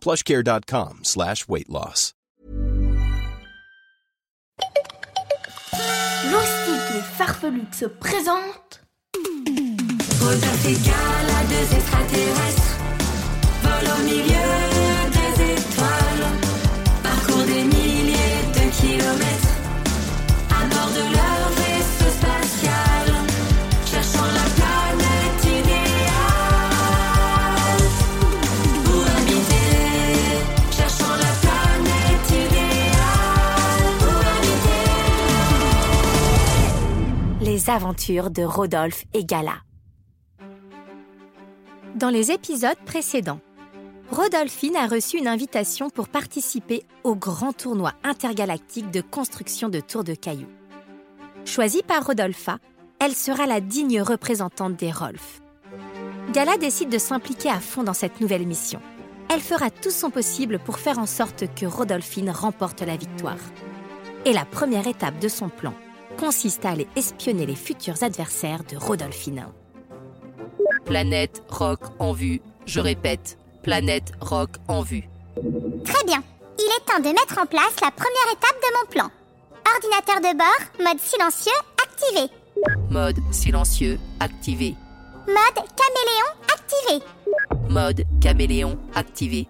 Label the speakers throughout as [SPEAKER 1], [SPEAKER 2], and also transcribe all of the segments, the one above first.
[SPEAKER 1] plushcare.com slash weight loss.
[SPEAKER 2] Loustique et Farfelux se présentent.
[SPEAKER 3] Rodolphe égale à deux extraterrestres. Vol au milieu des étoiles. Parcours des milliers de kilomètres. À bord de leur vaisseau spatial. Cherchant la planète idéale. Pour habiter. Cherchant la planète idéale. Pour habiter.
[SPEAKER 4] Les aventures de Rodolphe et Gala. Dans les épisodes précédents, Rodolphine a reçu une invitation pour participer au grand tournoi intergalactique de construction de tours de cailloux. Choisie par Rodolpha, elle sera la digne représentante des Rolf. Gala décide de s'impliquer à fond dans cette nouvelle mission. Elle fera tout son possible pour faire en sorte que Rodolphine remporte la victoire. Et la première étape de son plan consiste à aller espionner les futurs adversaires de Rodolphine.
[SPEAKER 5] Planète Rock en vue. Je répète, Planète Rock en vue.
[SPEAKER 2] Très bien. Il est temps de mettre en place la première étape de mon plan. Ordinateur de bord, mode silencieux activé.
[SPEAKER 5] Mode silencieux activé.
[SPEAKER 2] Mode caméléon activé.
[SPEAKER 5] Mode caméléon activé.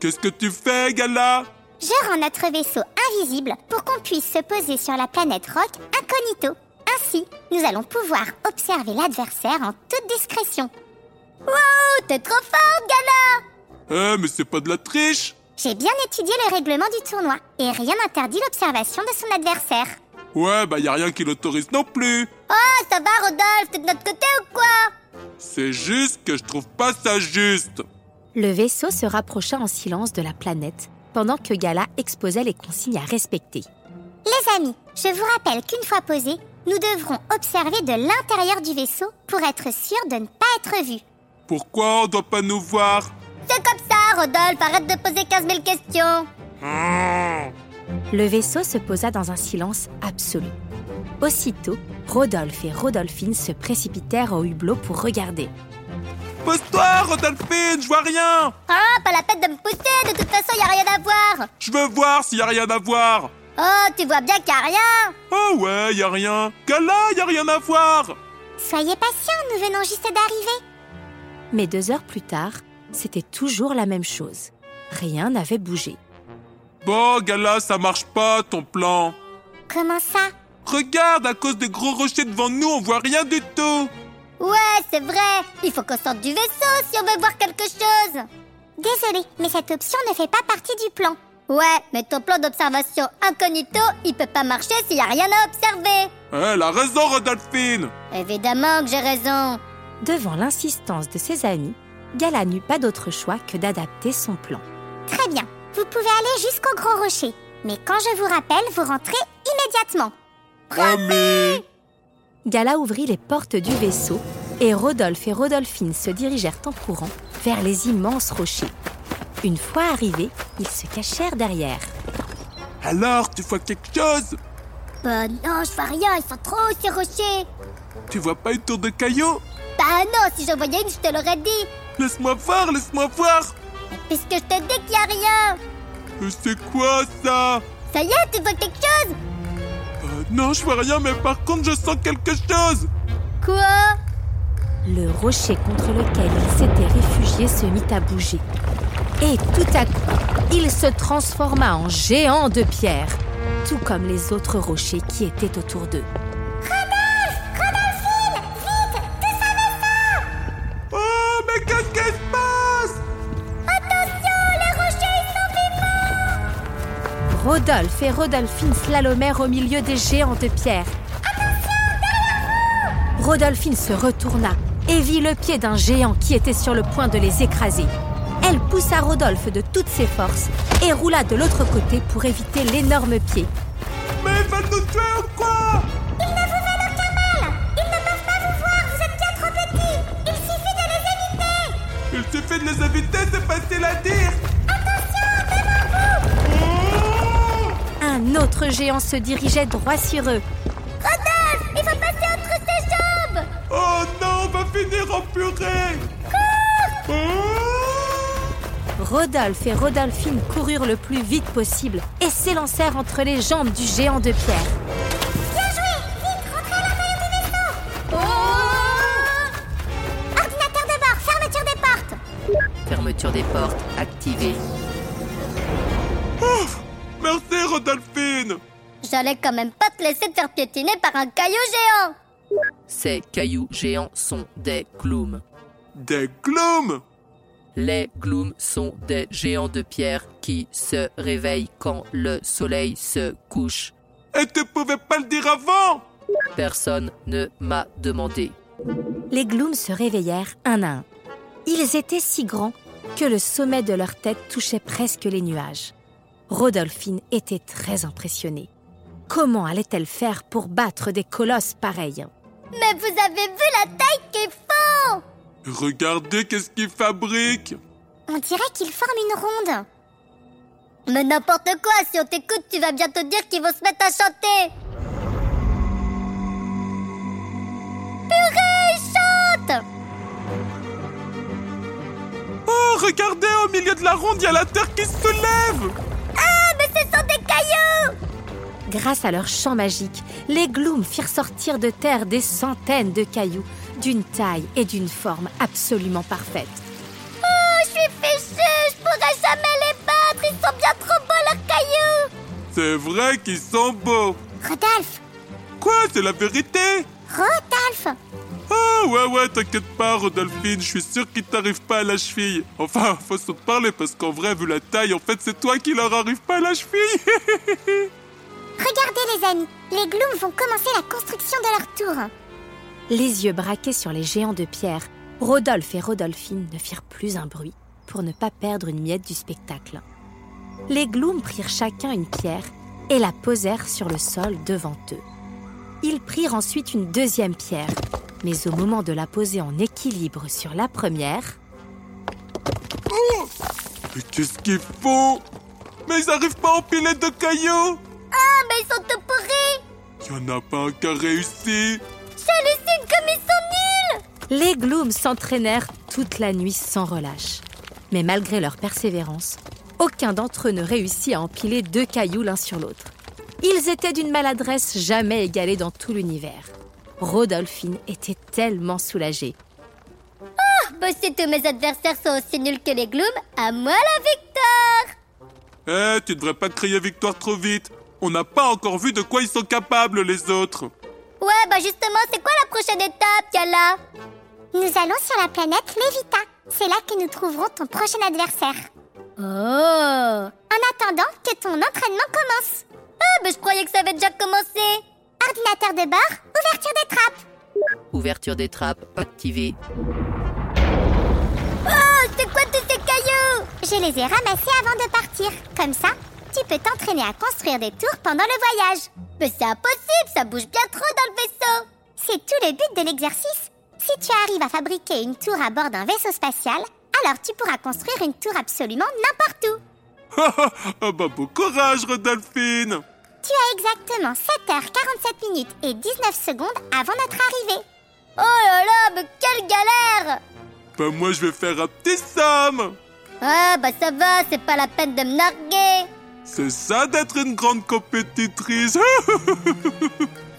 [SPEAKER 6] Qu'est-ce que tu fais, Gala
[SPEAKER 2] Je rends notre vaisseau invisible pour qu'on puisse se poser sur la planète roc incognito. Ainsi, nous allons pouvoir observer l'adversaire en toute discrétion. Wow, t'es trop forte, Gala
[SPEAKER 6] Eh, mais c'est pas de la triche
[SPEAKER 2] J'ai bien étudié le règlement du tournoi et rien n'interdit l'observation de son adversaire.
[SPEAKER 6] Ouais, bah y a rien qui l'autorise non plus
[SPEAKER 2] Oh, ça va, Rodolphe, t'es de notre côté ou quoi
[SPEAKER 6] C'est juste que je trouve pas ça juste
[SPEAKER 4] Le vaisseau se rapprocha en silence de la planète pendant que Gala exposait les consignes à respecter.
[SPEAKER 2] Les amis, je vous rappelle qu'une fois posés, nous devrons observer de l'intérieur du vaisseau pour être sûr de ne pas être vus.
[SPEAKER 6] Pourquoi on doit pas nous voir
[SPEAKER 2] C'est comme ça, Rodolphe, arrête de poser 15 000 questions.
[SPEAKER 4] Le vaisseau se posa dans un silence absolu. Aussitôt, Rodolphe et Rodolphine se précipitèrent au hublot pour regarder.
[SPEAKER 6] Pose-toi, Rodolphine, je vois rien
[SPEAKER 2] Ah, pas la peine de me pousser, de toute façon, y a rien à voir.
[SPEAKER 6] Je veux voir s'il y a rien à voir
[SPEAKER 2] Oh, tu vois bien qu'il y a rien.
[SPEAKER 6] Oh ouais, y a rien Gala, y a rien à voir
[SPEAKER 2] Soyez patients, nous venons juste d'arriver.
[SPEAKER 4] Mais deux heures plus tard, c'était toujours la même chose. Rien n'avait bougé.
[SPEAKER 6] Bon, Gala, ça marche pas, ton plan
[SPEAKER 2] Comment ça
[SPEAKER 6] Regarde, à cause des gros rochers devant nous, on voit rien du tout
[SPEAKER 2] Ouais, c'est vrai. Il faut qu'on sorte du vaisseau si on veut voir quelque chose. Désolée, mais cette option ne fait pas partie du plan. Ouais, mais ton plan d'observation incognito, il peut pas marcher s'il y a rien à observer.
[SPEAKER 6] Eh, Elle a raison, Rodolphine
[SPEAKER 2] Évidemment que j'ai raison.
[SPEAKER 4] Devant l'insistance de ses amis, Gala n'eut pas d'autre choix que d'adapter son plan.
[SPEAKER 2] Très bien. Vous pouvez aller jusqu'au gros rocher. Mais quand je vous rappelle, vous rentrez immédiatement.
[SPEAKER 6] Promis
[SPEAKER 4] Gala ouvrit les portes du vaisseau et Rodolphe et Rodolphine se dirigèrent en courant vers les immenses rochers. Une fois arrivés, ils se cachèrent derrière.
[SPEAKER 6] Alors, tu vois quelque chose
[SPEAKER 2] Bah non, je vois rien, ils sont trop hauts ces rochers.
[SPEAKER 6] Tu vois pas une tour de cailloux
[SPEAKER 2] Bah non, si j'en voyais une, je te l'aurais dit.
[SPEAKER 6] Laisse-moi voir, laisse-moi voir
[SPEAKER 2] Puisque je te dis qu'il y a rien.
[SPEAKER 6] Mais c'est quoi ça
[SPEAKER 2] Ça y est, tu vois quelque chose
[SPEAKER 6] Euh, Non, je vois rien, mais par contre, je sens quelque chose
[SPEAKER 2] Quoi
[SPEAKER 4] Le rocher contre lequel ils s'étaient réfugiés se mit à bouger. Et tout à coup, il se transforma en géant de pierre, tout comme les autres rochers qui étaient autour d'eux.
[SPEAKER 6] Oh, mais qu'est-ce qui se passe
[SPEAKER 4] Rodolphe et Rodolphine slalomèrent au milieu des géants de pierre. Rodolphine se retourna et vit le pied d'un géant qui était sur le point de les écraser. Elle poussa Rodolphe de toutes ses forces et roula de l'autre côté pour éviter l'énorme pied.
[SPEAKER 6] Mais ils veulent nous tuer ou quoi Ils ne vous veulent aucun mal Ils ne peuvent pas vous voir, vous êtes bien trop petits Il suffit de les éviter Il suffit de les éviter, c'est facile à dire
[SPEAKER 4] Un autre géant se dirigeait droit sur eux.
[SPEAKER 2] Rodolphe, il faut passer entre ses jambes
[SPEAKER 6] Oh non, on va finir en purée Oh
[SPEAKER 4] Rodolphe et Rodolphine coururent le plus vite possible et s'élancèrent entre les jambes du géant de pierre.
[SPEAKER 2] Ordinateur de bord, fermeture des portes
[SPEAKER 5] Fermeture des portes activée.
[SPEAKER 6] Oh. Merci Rodolphine
[SPEAKER 2] J'allais quand même pas te laisser te faire piétiner par un caillou géant
[SPEAKER 5] Ces cailloux géants sont des glooms.
[SPEAKER 6] Des glooms
[SPEAKER 5] Les glooms sont des géants de pierre qui se réveillent quand le soleil se couche.
[SPEAKER 6] Et tu pouvais pas le dire avant
[SPEAKER 5] Personne ne m'a demandé.
[SPEAKER 4] Les glooms se réveillèrent un à un. Ils étaient si grands que le sommet de leur tête touchait presque les nuages. Rodolphine était très impressionnée. Comment allait-elle faire pour battre des colosses pareils
[SPEAKER 2] Mais vous avez vu la taille qu'ils font
[SPEAKER 6] Regardez qu'est-ce qu'ils fabriquent
[SPEAKER 2] On dirait qu'ils forment une ronde Mais n'importe quoi, si on t'écoute, tu vas bientôt dire qu'ils vont se mettre à chanter Purée, ils chantent
[SPEAKER 6] Oh, regardez, au milieu de la ronde, il y a la terre qui se soulève
[SPEAKER 2] Ah, mais ce sont des cailloux
[SPEAKER 4] Grâce à leur chant magique, les glooms firent sortir de terre des centaines de cailloux d'une taille et d'une forme absolument parfaites.
[SPEAKER 2] Oh, je suis fichue, je pourrais jamais les battre, ils sont bien trop beaux leurs cailloux
[SPEAKER 6] C'est vrai qu'ils sont beaux
[SPEAKER 2] Rodolphe
[SPEAKER 6] Quoi, c'est la vérité
[SPEAKER 2] Rodolphe
[SPEAKER 6] Ah ouais, ouais, t'inquiète pas, Rodolphine, je suis sûr qu'il t'arrive pas à la cheville. Enfin, faut se parler parce qu'en vrai, vu la taille, en fait, c'est toi qui leur arrive pas à la cheville.
[SPEAKER 2] Regardez les amis, les glooms vont commencer la construction de leur tour.
[SPEAKER 4] Les yeux braqués sur les géants de pierre, Rodolphe et Rodolphine ne firent plus un bruit pour ne pas perdre une miette du spectacle. Les glooms prirent chacun une pierre et la posèrent sur le sol devant eux. Ils prirent ensuite une deuxième pierre, mais au moment de la poser en équilibre sur la première,
[SPEAKER 6] Mais qu'est-ce qu'ils font Mais ils arrivent pas à empiler de cailloux
[SPEAKER 2] Ah, mais ils sont tout pourris
[SPEAKER 6] Y en a pas un qui a réussi
[SPEAKER 2] J'hallucine comme ils sont nuls
[SPEAKER 4] les glooms s'entraînèrent toute la nuit sans relâche. Mais malgré leur persévérance, aucun d'entre eux ne réussit à empiler deux cailloux l'un sur l'autre. Ils étaient d'une maladresse jamais égalée dans tout l'univers. Rodolphine était tellement soulagée.
[SPEAKER 2] Bah, si tous mes adversaires sont aussi nuls que les glooms, à moi la victoire
[SPEAKER 6] Eh, tu devrais pas crier victoire trop vite. On n'a pas encore vu de quoi ils sont capables, les autres.
[SPEAKER 2] Ouais, bah justement, c'est quoi la prochaine étape, Yala Nous allons sur la planète Levita. C'est là que nous trouverons ton prochain adversaire. Oh En attendant que ton entraînement commence. Ah, bah je croyais que ça avait déjà commencé. Ordinateur de bord, ouverture des trappes.
[SPEAKER 5] Ouverture des trappes activée.
[SPEAKER 2] Oh, c'est quoi tous ces cailloux Je les ai ramassés avant de partir. Comme ça, tu peux t'entraîner à construire des tours pendant le voyage. Mais c'est impossible, ça bouge bien trop dans le vaisseau. C'est tout le but de l'exercice. Si tu arrives à fabriquer une tour à bord d'un vaisseau spatial, alors tu pourras construire une tour absolument n'importe où.
[SPEAKER 6] ah bah bon courage, Rodolphine.
[SPEAKER 2] Tu as exactement 7h47 minutes et 19 secondes avant notre arrivée. Oh là là, mais quelle galère
[SPEAKER 6] Bah moi, je vais faire un petit somme.
[SPEAKER 2] Ah bah ça va, c'est pas la peine de me narguer.
[SPEAKER 6] C'est ça d'être une grande compétitrice.